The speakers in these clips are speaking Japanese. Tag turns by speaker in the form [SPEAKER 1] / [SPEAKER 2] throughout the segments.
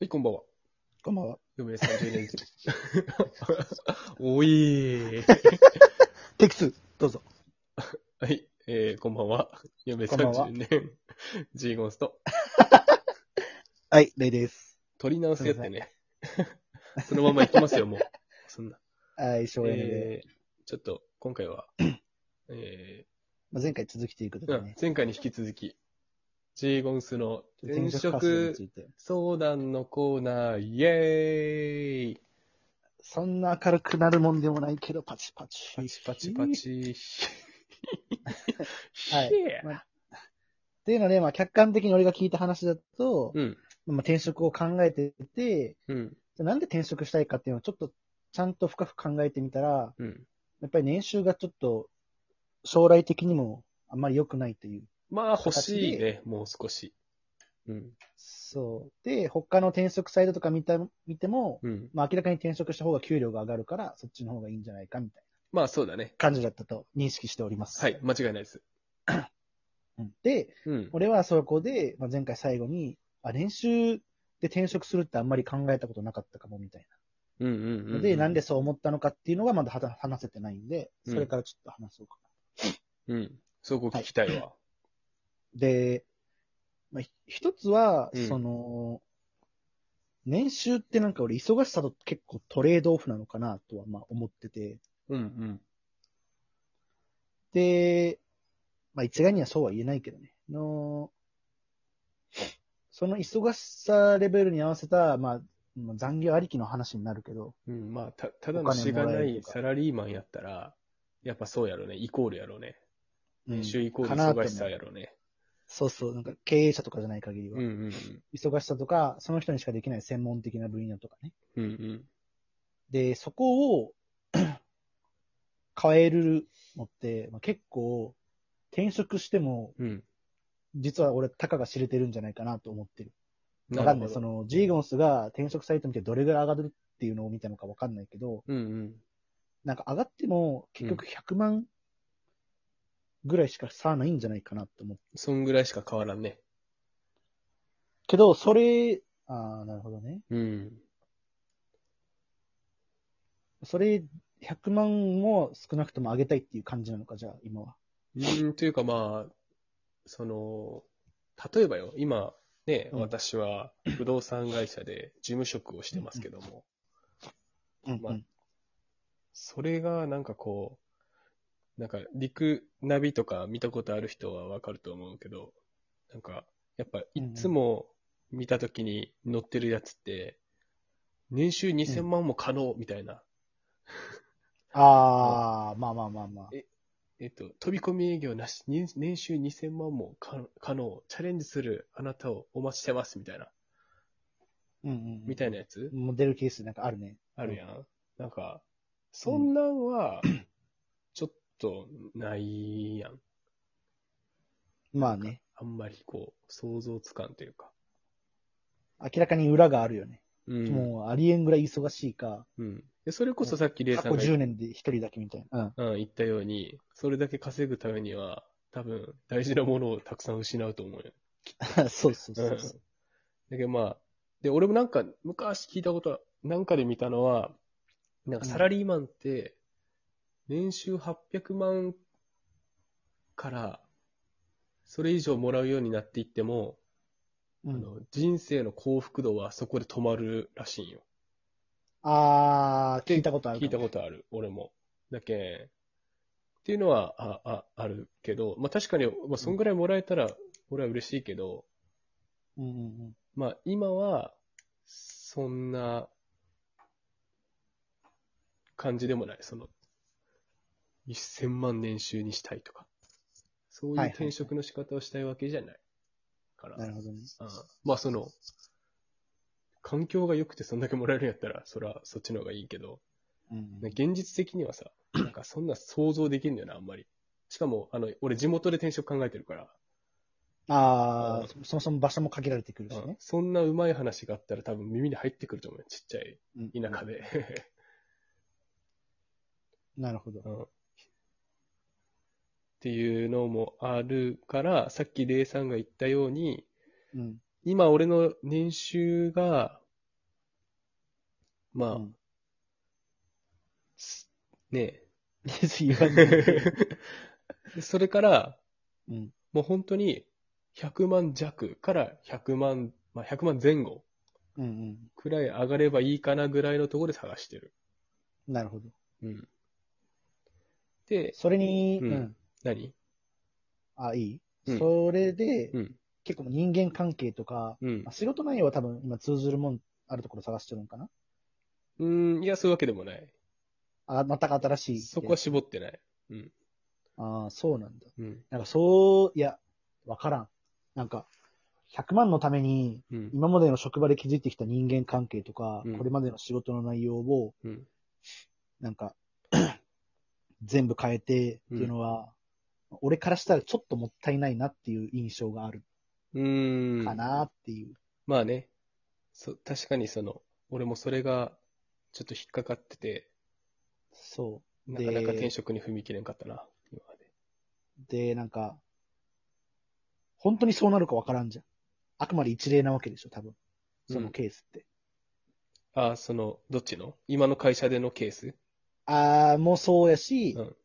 [SPEAKER 1] はい、こんばんは。
[SPEAKER 2] こんばんは。
[SPEAKER 1] 嫁30年生。おい
[SPEAKER 2] テクス、どうぞ。
[SPEAKER 1] はい、えー、こんばんは。嫁
[SPEAKER 2] こんばんは
[SPEAKER 1] 30年。ジーゴンスと、
[SPEAKER 2] はい、レイです。
[SPEAKER 1] 取り直すやってね。そのまま行きますよ、もう。そんな。
[SPEAKER 2] はい、省エネで。
[SPEAKER 1] えー、ちょっと、今回は、え
[SPEAKER 2] まあ、前回続きということ
[SPEAKER 1] ー、う
[SPEAKER 2] で
[SPEAKER 1] ん
[SPEAKER 2] ね。
[SPEAKER 1] 前回に引き続き、ジーゴンスの
[SPEAKER 2] 転
[SPEAKER 1] 転
[SPEAKER 2] 職活動に
[SPEAKER 1] 職
[SPEAKER 2] ついて。
[SPEAKER 1] 相談のコーナー、イエーイ
[SPEAKER 2] そんな明るくなるもんでもないけど、パチパチ。
[SPEAKER 1] パチパチパ。チ。
[SPEAKER 2] はい
[SPEAKER 1] ヒエー
[SPEAKER 2] まあっていうので、まあ、客観的に俺が聞いた話だと、
[SPEAKER 1] うん。
[SPEAKER 2] まあ、転職を考えてて、
[SPEAKER 1] うん。
[SPEAKER 2] じゃあなんで転職したいかっていうのをちょっと、ちゃんと深く考えてみたら、
[SPEAKER 1] うん。
[SPEAKER 2] やっぱり年収がちょっと、将来的にもあんまり良くないという。
[SPEAKER 1] まあ、欲しいね、もう少し。うん。
[SPEAKER 2] そう。で、他の転職サイトとか見た、見ても、
[SPEAKER 1] うん。
[SPEAKER 2] まあ、明らかに転職した方が給料が上がるから、そっちの方がいいんじゃないかみたいな
[SPEAKER 1] まあ、そうだね。
[SPEAKER 2] 感じだったと認識しております。
[SPEAKER 1] はい、間違いないです。
[SPEAKER 2] うん。で、
[SPEAKER 1] うん。
[SPEAKER 2] 俺はそこで、まあ、前回最後に、あ、練習で転職するってあんまり考えたことなかったかもみたい
[SPEAKER 1] うんうん
[SPEAKER 2] な。
[SPEAKER 1] うん。
[SPEAKER 2] で、なんでそう思ったのかっていうのがまだはた話せてないんで、それからちょっと話そうか
[SPEAKER 1] うん。そこ聞きたいわ。
[SPEAKER 2] な。で、まあ、ひ一つは、
[SPEAKER 1] うん
[SPEAKER 2] その、年収ってなんか俺忙しさと結構トレードオフなのかなとはまあ思ってて。
[SPEAKER 1] うんうん。
[SPEAKER 2] で、まあ一概にはそうは言えないけどね。の、その忙しさレベルに合わせた、まあ、まあ残業ありきの話になるけど、
[SPEAKER 1] うん、まあ、た、ただのしが
[SPEAKER 2] お金も
[SPEAKER 1] な
[SPEAKER 2] らえる
[SPEAKER 1] い
[SPEAKER 2] とか
[SPEAKER 1] サラリーマンやったら、やっぱそうやろうね。イコールやろうね。
[SPEAKER 2] うん
[SPEAKER 1] 年収イコール
[SPEAKER 2] かなと思
[SPEAKER 1] 忙
[SPEAKER 2] う
[SPEAKER 1] しさやろうね。
[SPEAKER 2] そうそう、なんか経営者とかじゃない限り
[SPEAKER 1] う
[SPEAKER 2] は、
[SPEAKER 1] んうん
[SPEAKER 2] 忙しさとか、その人にしかできない専門的な分野とかね。
[SPEAKER 1] うん。うん
[SPEAKER 2] で、そこを 変えるのって、まあ、結構、転職しても、
[SPEAKER 1] うん。うん。
[SPEAKER 2] 実は俺、たかが知れてるんじゃないかなと思ってる。わ
[SPEAKER 1] る
[SPEAKER 2] か
[SPEAKER 1] ほ
[SPEAKER 2] んな
[SPEAKER 1] ど
[SPEAKER 2] い。そ、の、ジーゴンスが転職サイト見てどれぐらい上がるっていうのを見たのかわかんないけど、
[SPEAKER 1] うんうん。
[SPEAKER 2] なんか上がっても結局100万ぐらいしか差はないんじゃないかなと思う。
[SPEAKER 1] そんぐらいしか変わらんね。
[SPEAKER 2] けど、それ、ああ、なるほどね。
[SPEAKER 1] うん。
[SPEAKER 2] それ、100万も少なくとも上げたいっていう感じなのか、じゃあ、今は。
[SPEAKER 1] うん、というかまあ、その、例えばよ、今、ね、
[SPEAKER 2] うん
[SPEAKER 1] 私は不動産会社で事務職をしてますけども、
[SPEAKER 2] うん、う
[SPEAKER 1] まあ
[SPEAKER 2] ん。
[SPEAKER 1] それがなんかこう、なんか陸ナビとか見たことある人はわかると思うけど、なんか、やっぱいつも見たときに乗ってるやつって、年収2000万も可能みたいな、
[SPEAKER 2] ああ、まあまあまあまあ。
[SPEAKER 1] えっと、飛び込み営業なし、年年収2000万も可可能、チャレンジするあなたをお待ちしてますみたいな、
[SPEAKER 2] うんうん。
[SPEAKER 1] みたいなやつ、
[SPEAKER 2] な。モデルケースなんかあるね。
[SPEAKER 1] あるやん。なんか、そんなんは、ちょっとないやん。
[SPEAKER 2] まあね。
[SPEAKER 1] あんまりこう、想像つかんというか。
[SPEAKER 2] 明らかに裏があるよね。
[SPEAKER 1] うん。
[SPEAKER 2] もう、ありえんぐらい忙しいか、
[SPEAKER 1] うん。で、それこそさっきレイ
[SPEAKER 2] 過
[SPEAKER 1] さ
[SPEAKER 2] 去
[SPEAKER 1] んが、
[SPEAKER 2] 10年で一人だけみたいな。うん。
[SPEAKER 1] うん、言ったように、それだけ稼ぐためには、多分、大事なものをたくさん失うと思うよ。
[SPEAKER 2] そうそう
[SPEAKER 1] う
[SPEAKER 2] そ
[SPEAKER 1] ん
[SPEAKER 2] うそう。
[SPEAKER 1] だけどまあ、で、俺もなんか、昔聞いたことは、なんかで見たのは、なんかサラリーマンって、年収800万から、それ以上もらうようになっていっても、
[SPEAKER 2] う
[SPEAKER 1] あ
[SPEAKER 2] ん、
[SPEAKER 1] の人生の幸福度はそこで止まるらしいんよ。
[SPEAKER 2] あー、聞いたことあるか
[SPEAKER 1] 聞い
[SPEAKER 2] も
[SPEAKER 1] たことある、俺も。だけんっていうのは、あ、あ、あるけど、まあ確かに、まあそんぐらいもらえたら、俺は嬉しいけど、
[SPEAKER 2] うんうんうん。
[SPEAKER 1] まあ、今は、そんな感じでもない。その、1000万年収にしたいとか、そう
[SPEAKER 2] はいいうはいはい
[SPEAKER 1] 転職の仕方をしたいわけじゃないから。
[SPEAKER 2] なるほどね。
[SPEAKER 1] うんまあ、その、環境が良くてそんだけもらえるんやったら、そら、そっちの方がいいけど、
[SPEAKER 2] うんうん。
[SPEAKER 1] 現実的にはさ、 なんかそんな想像できんのよな、あんまり。しかも、あの、俺地元で転職考えてるから、う
[SPEAKER 2] あ
[SPEAKER 1] ん
[SPEAKER 2] ー、そもそも場所も限られてくるし
[SPEAKER 1] うん
[SPEAKER 2] ね。
[SPEAKER 1] そんなうまい話があったら多分耳に入ってくると思うよちっちゃい
[SPEAKER 2] うん
[SPEAKER 1] 田舎。で。
[SPEAKER 2] なるほど。
[SPEAKER 1] うんっていうのもあるから、さっきレイさんが言ったように、
[SPEAKER 2] うん。
[SPEAKER 1] 今俺の年収がまあ、
[SPEAKER 2] うん
[SPEAKER 1] すね
[SPEAKER 2] 別に言わんでもいいけど
[SPEAKER 1] え。 それから、
[SPEAKER 2] うん。
[SPEAKER 1] もう本当に100万弱から100万、まあ、100万前後
[SPEAKER 2] うんうん。
[SPEAKER 1] くらい上がればいいかなぐらいのところで探してる。
[SPEAKER 2] なるほど。
[SPEAKER 1] うん。で、
[SPEAKER 2] それに、
[SPEAKER 1] う
[SPEAKER 2] うんん。
[SPEAKER 1] 何
[SPEAKER 2] あ、いい、
[SPEAKER 1] うん
[SPEAKER 2] それで、
[SPEAKER 1] うん。
[SPEAKER 2] 結構人間関係とか、
[SPEAKER 1] うん
[SPEAKER 2] まあ、。仕事内容は多分今通ずるもん、あるところ探してるんかな
[SPEAKER 1] うん、いや、そういうわけでもない。
[SPEAKER 2] あ、全く新しい。
[SPEAKER 1] そこは絞ってない。
[SPEAKER 2] ああ、そうなんだ。
[SPEAKER 1] うん。
[SPEAKER 2] なんかそう、いや、わからん。なんか、100万のために、
[SPEAKER 1] うん。
[SPEAKER 2] 今までの職場で築いてきた人間関係とか、
[SPEAKER 1] うん
[SPEAKER 2] これまでの仕事の内容を、
[SPEAKER 1] うん。
[SPEAKER 2] なんか、 全部変えてっていうのは、俺からしたらちょっともったいないなっていう印象がある
[SPEAKER 1] うーん。
[SPEAKER 2] かなっていう。
[SPEAKER 1] まあね。そ確かにその、俺もそれが、ちょっと引っかかってて、
[SPEAKER 2] そ
[SPEAKER 1] なかなか転職に踏み切れんかったな、今まで。
[SPEAKER 2] う。で、なんか、本当にそうなるかわからんじゃん。あくまで一例なわけでしょ、多分。そのケースって。
[SPEAKER 1] ああ、その、どっちの今の会社でのケース
[SPEAKER 2] あー、もうそうやし、
[SPEAKER 1] うん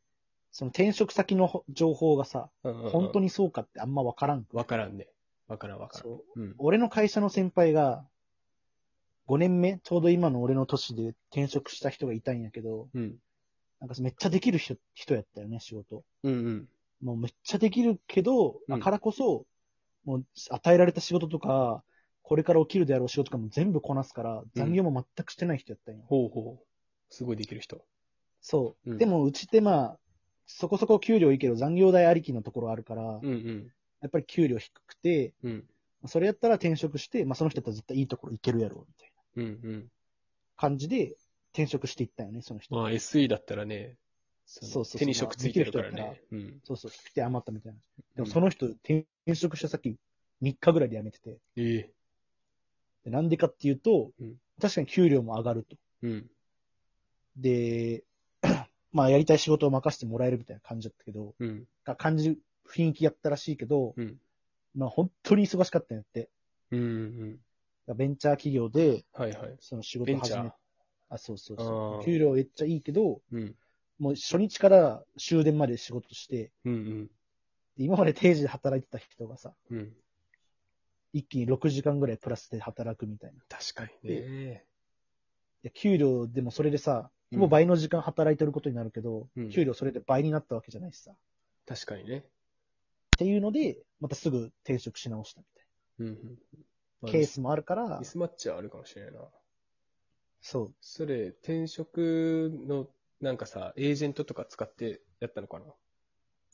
[SPEAKER 2] その転職先のほ情報がさ、本当
[SPEAKER 1] に。
[SPEAKER 2] にそうかってあんまわからん。
[SPEAKER 1] わからんね。わからんわからん。
[SPEAKER 2] そう
[SPEAKER 1] うん。
[SPEAKER 2] 俺の会社の先輩が、5年目、ちょうど今の俺の年で転職した人がいたんやけど、
[SPEAKER 1] うん。
[SPEAKER 2] なんかめっちゃできる人人やったよね、仕事。
[SPEAKER 1] うんうん。
[SPEAKER 2] もうめっちゃできるけど、
[SPEAKER 1] うん
[SPEAKER 2] だからこそ、もう与えられた仕事とか、これから起きるであろう仕事とかも全部こなすから、残業も全くしてない人やったんよ。
[SPEAKER 1] ほうほう。すごいできる人。
[SPEAKER 2] そう。
[SPEAKER 1] うん
[SPEAKER 2] でもうちってまあ、そこそこ給料いいけど残業代ありきのところあるか
[SPEAKER 1] う
[SPEAKER 2] ら、
[SPEAKER 1] ん
[SPEAKER 2] やっぱり給料低くて、
[SPEAKER 1] うん。うん。
[SPEAKER 2] それやったら転職して、まあその人だったら絶対いいところ行けるやろ、みたいな
[SPEAKER 1] うん
[SPEAKER 2] 感じで転職していったよね、その人。
[SPEAKER 1] うん。まあ SE だったらね、の
[SPEAKER 2] そうそうそう
[SPEAKER 1] 手に職ついてるからね。うん。
[SPEAKER 2] そうそう、来て余ったみたいな。でも
[SPEAKER 1] うん
[SPEAKER 2] その人転職した先3日ぐらいで辞めてて、
[SPEAKER 1] ええ。
[SPEAKER 2] でなんでかっていうと、
[SPEAKER 1] うん
[SPEAKER 2] 確かに給料も上がると。
[SPEAKER 1] うん。
[SPEAKER 2] で、 まあやりたい仕事を任せてもらえるみたいな感じだったけど、
[SPEAKER 1] うん。
[SPEAKER 2] が感じる雰囲気やったらしいけど、
[SPEAKER 1] うん。
[SPEAKER 2] まあ本当に忙しかったんやって。
[SPEAKER 1] うんうん。
[SPEAKER 2] ベンチャー企業で、
[SPEAKER 1] はいはい。
[SPEAKER 2] その仕事
[SPEAKER 1] ベ
[SPEAKER 2] を
[SPEAKER 1] ンチ
[SPEAKER 2] 始
[SPEAKER 1] ャ
[SPEAKER 2] め
[SPEAKER 1] ー
[SPEAKER 2] て。。あ、そうそう
[SPEAKER 1] あ
[SPEAKER 2] そ
[SPEAKER 1] ー
[SPEAKER 2] う。給料めっちゃいいけど、
[SPEAKER 1] うん。
[SPEAKER 2] もう初日から終電まで仕事して、
[SPEAKER 1] うんうん。
[SPEAKER 2] で今まで定時で働いてた人がさ、
[SPEAKER 1] うん。
[SPEAKER 2] 一気に6時間ぐらいプラスで働くみたいな。
[SPEAKER 1] 確かにね。
[SPEAKER 2] で給料でもそれでさ、
[SPEAKER 1] うん
[SPEAKER 2] ほぼ倍の時間働いてることになるけど、
[SPEAKER 1] うん
[SPEAKER 2] 給料それで倍になったわけじゃないしさ。っ
[SPEAKER 1] 確かにね。
[SPEAKER 2] ていうので、またすぐ転職し直した
[SPEAKER 1] うん
[SPEAKER 2] みたい
[SPEAKER 1] うん。まあ
[SPEAKER 2] な。ケースもあるから
[SPEAKER 1] ミ、スマッチはあるかもしれないな。
[SPEAKER 2] そう。
[SPEAKER 1] それ、転職の、なんかさ、エージェントとか使ってやったのかな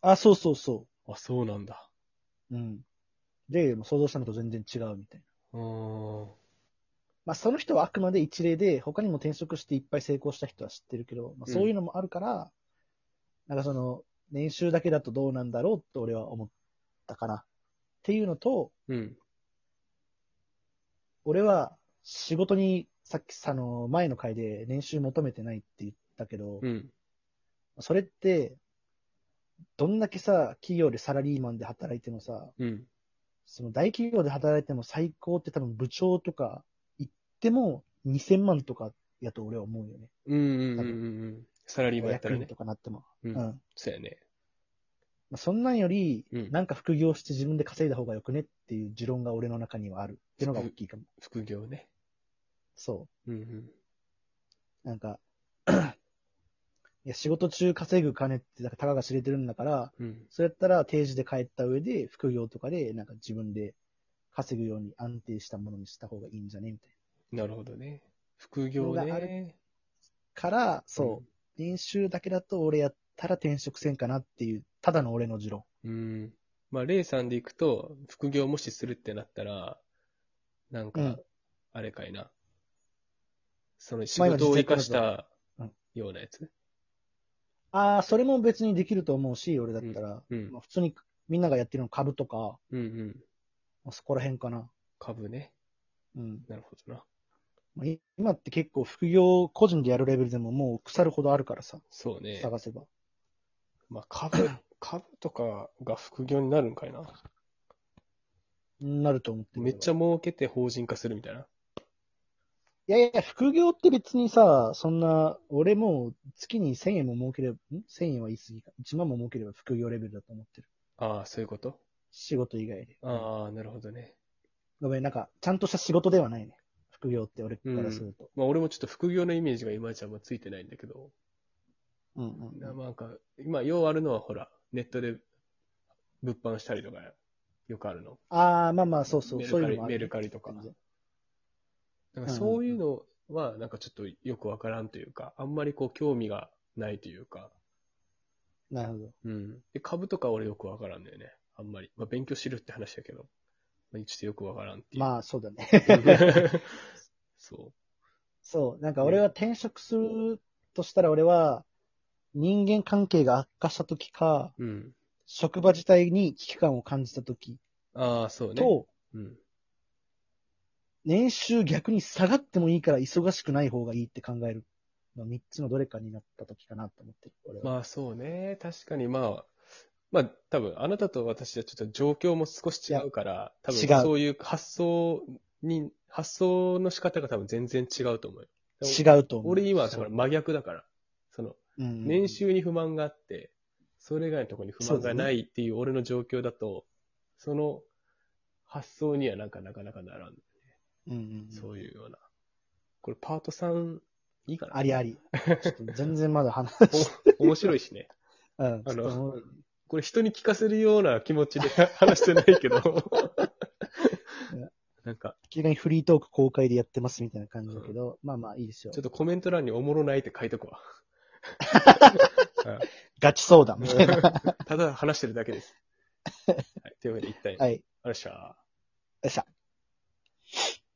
[SPEAKER 2] あ、そうそうそ
[SPEAKER 1] あ、そうなんだ。
[SPEAKER 2] う。うん。で、もう想像したのと全然違うみたいな。
[SPEAKER 1] うーん。
[SPEAKER 2] まあ、その人はあくまで一例で、他にも転職していっぱい成功した人は知ってるけど、まあ、そういうのもあるから、なんかその、年収だけだとどうなんだろうって俺は思ったかな。っていうのと、
[SPEAKER 1] うん。
[SPEAKER 2] 俺は仕事に、さっきさ、あの、前の回で年収求めてないって言ったけど、
[SPEAKER 1] うん。
[SPEAKER 2] それって、どんだけさ、企業でサラリーマンで働いてもさ、
[SPEAKER 1] うん。
[SPEAKER 2] その大企業で働いても最高って多分部長とか行っても2000万とかやと俺は思うよね。
[SPEAKER 1] うんうんうんうんうん。サラリーマンやった
[SPEAKER 2] 役
[SPEAKER 1] ら
[SPEAKER 2] 員
[SPEAKER 1] ね
[SPEAKER 2] と。かなっても。
[SPEAKER 1] う
[SPEAKER 2] うんん。。ま
[SPEAKER 1] そうやね。
[SPEAKER 2] あ、そんなんより、
[SPEAKER 1] うん
[SPEAKER 2] なんか副業して自分で稼いだ方がよくねっていう持論が俺の中にはあるっていうのが大きいかも。
[SPEAKER 1] 副業ね。
[SPEAKER 2] そ
[SPEAKER 1] うんうん。
[SPEAKER 2] う。なんか、 いや仕事中稼ぐ金って、だからたかが知れてるんだから、
[SPEAKER 1] うん。
[SPEAKER 2] それやったら定時で帰った上で、副業とかで、なんか自分で稼ぐように安定したものにした方がいいんじゃねみた
[SPEAKER 1] な
[SPEAKER 2] い
[SPEAKER 1] るほどね。副業
[SPEAKER 2] のがある
[SPEAKER 1] ね。
[SPEAKER 2] な。から、そう、練習だけだと俺やったら転職せんかなっていう、ただの俺の持論。
[SPEAKER 1] うん。まあ、例さんで行くと、副業もしするってなったら、なん
[SPEAKER 2] う
[SPEAKER 1] か
[SPEAKER 2] ん、
[SPEAKER 1] あれかいな。その仕
[SPEAKER 2] まあ今
[SPEAKER 1] 事を生かし
[SPEAKER 2] 実際
[SPEAKER 1] た
[SPEAKER 2] うん
[SPEAKER 1] ようなやつ。
[SPEAKER 2] ああ、それも別にできると思うし、俺だったら、
[SPEAKER 1] うん
[SPEAKER 2] ま。あ普通にみんながやってるの株とか、ま
[SPEAKER 1] うんうん。
[SPEAKER 2] あそこら辺かな。
[SPEAKER 1] 株ね。
[SPEAKER 2] うん。
[SPEAKER 1] なるほどな。
[SPEAKER 2] まあい今って結構副業個人でやるレベルでももう腐るほどあるからさ、
[SPEAKER 1] そうね。
[SPEAKER 2] 探せば。
[SPEAKER 1] まあ、株、 株とかが副業になるんかいな。
[SPEAKER 2] なると思ってる
[SPEAKER 1] めっちゃ
[SPEAKER 2] ゃ。
[SPEAKER 1] 儲けて法人化するみたいな。
[SPEAKER 2] いやいや、副業って別にさ、そんな、俺もう月に1000円も儲ければ、ん ?1000 円は言い過ぎか。1万も儲ければ副業レベルだと思ってる。
[SPEAKER 1] ああ、そういうこと
[SPEAKER 2] 仕事以外で。
[SPEAKER 1] ああ、なるほどね。
[SPEAKER 2] ごめん、なんか、ちゃんとした仕事ではないね。副業って俺からすると。
[SPEAKER 1] まあ俺もちょっと副業のイメージがいまいちあんまついてないんだけど、
[SPEAKER 2] うんうん
[SPEAKER 1] ななんか、今、ようあるのはほら、ネットで物販したりとか、よくあるの。
[SPEAKER 2] ああ、まあまあ、そうそう、
[SPEAKER 1] メル
[SPEAKER 2] そ
[SPEAKER 1] カ
[SPEAKER 2] う
[SPEAKER 1] リ
[SPEAKER 2] いうのもある、
[SPEAKER 1] メルカリとか
[SPEAKER 2] 全然
[SPEAKER 1] なんかそういうのは、なんかちょっとよくわからんというか、あんまりこう興味がないというか、
[SPEAKER 2] なるほど。
[SPEAKER 1] うん。で、株とか俺よくわからんだよね。あんまり。まあ勉強しるって話だけど、まあ、ちょっとよくわからんっていう。
[SPEAKER 2] まあ、そうだね。
[SPEAKER 1] そう。
[SPEAKER 2] そう。なんか俺は転職するとしたら俺は、人間関係が悪化した時か、
[SPEAKER 1] うん。
[SPEAKER 2] 職場自体に危機感を感じた時
[SPEAKER 1] ああ、そうね。
[SPEAKER 2] と、
[SPEAKER 1] うん。
[SPEAKER 2] 年収逆に下がってもいいから忙しくない方がいいって考えるの3つのどれかになった時かなと思ってる。俺は。
[SPEAKER 1] まあそうね。確かにまあ、まあ多分あなたと私はちょっと状況も少し違うから、多分
[SPEAKER 2] 違う
[SPEAKER 1] そういう発想に、発想の仕方が多分全然違うと思うよ。
[SPEAKER 2] 違うと思う。
[SPEAKER 1] 俺今、だから真逆だから。その、
[SPEAKER 2] うん
[SPEAKER 1] 年収に不満があって、それ以外のところに不満がないっていう俺の状況だと、その発想にはなんかなかなかならん。
[SPEAKER 2] うんうん、
[SPEAKER 1] そういうような。これパート3いいかな
[SPEAKER 2] ありあり。ちょっと全然まだ話、
[SPEAKER 1] お面白いしね。
[SPEAKER 2] うん、
[SPEAKER 1] あ
[SPEAKER 2] ちょっとも
[SPEAKER 1] の
[SPEAKER 2] う、
[SPEAKER 1] これ人に聞かせるような気持ちで 話してないけど。なんか、
[SPEAKER 2] 急にフリートーク公開でやってますみたいな感じだけど、まあまあいいですよ
[SPEAKER 1] ちょっ。とコメント欄におもろないって書いと くわ。
[SPEAKER 2] ガチ相談
[SPEAKER 1] う
[SPEAKER 2] み
[SPEAKER 1] ん
[SPEAKER 2] たいな。
[SPEAKER 1] ただ話してるだけです。はい、というわけで一旦、
[SPEAKER 2] は
[SPEAKER 1] あ
[SPEAKER 2] い。よ
[SPEAKER 1] りがとうございました。
[SPEAKER 2] っしゃ。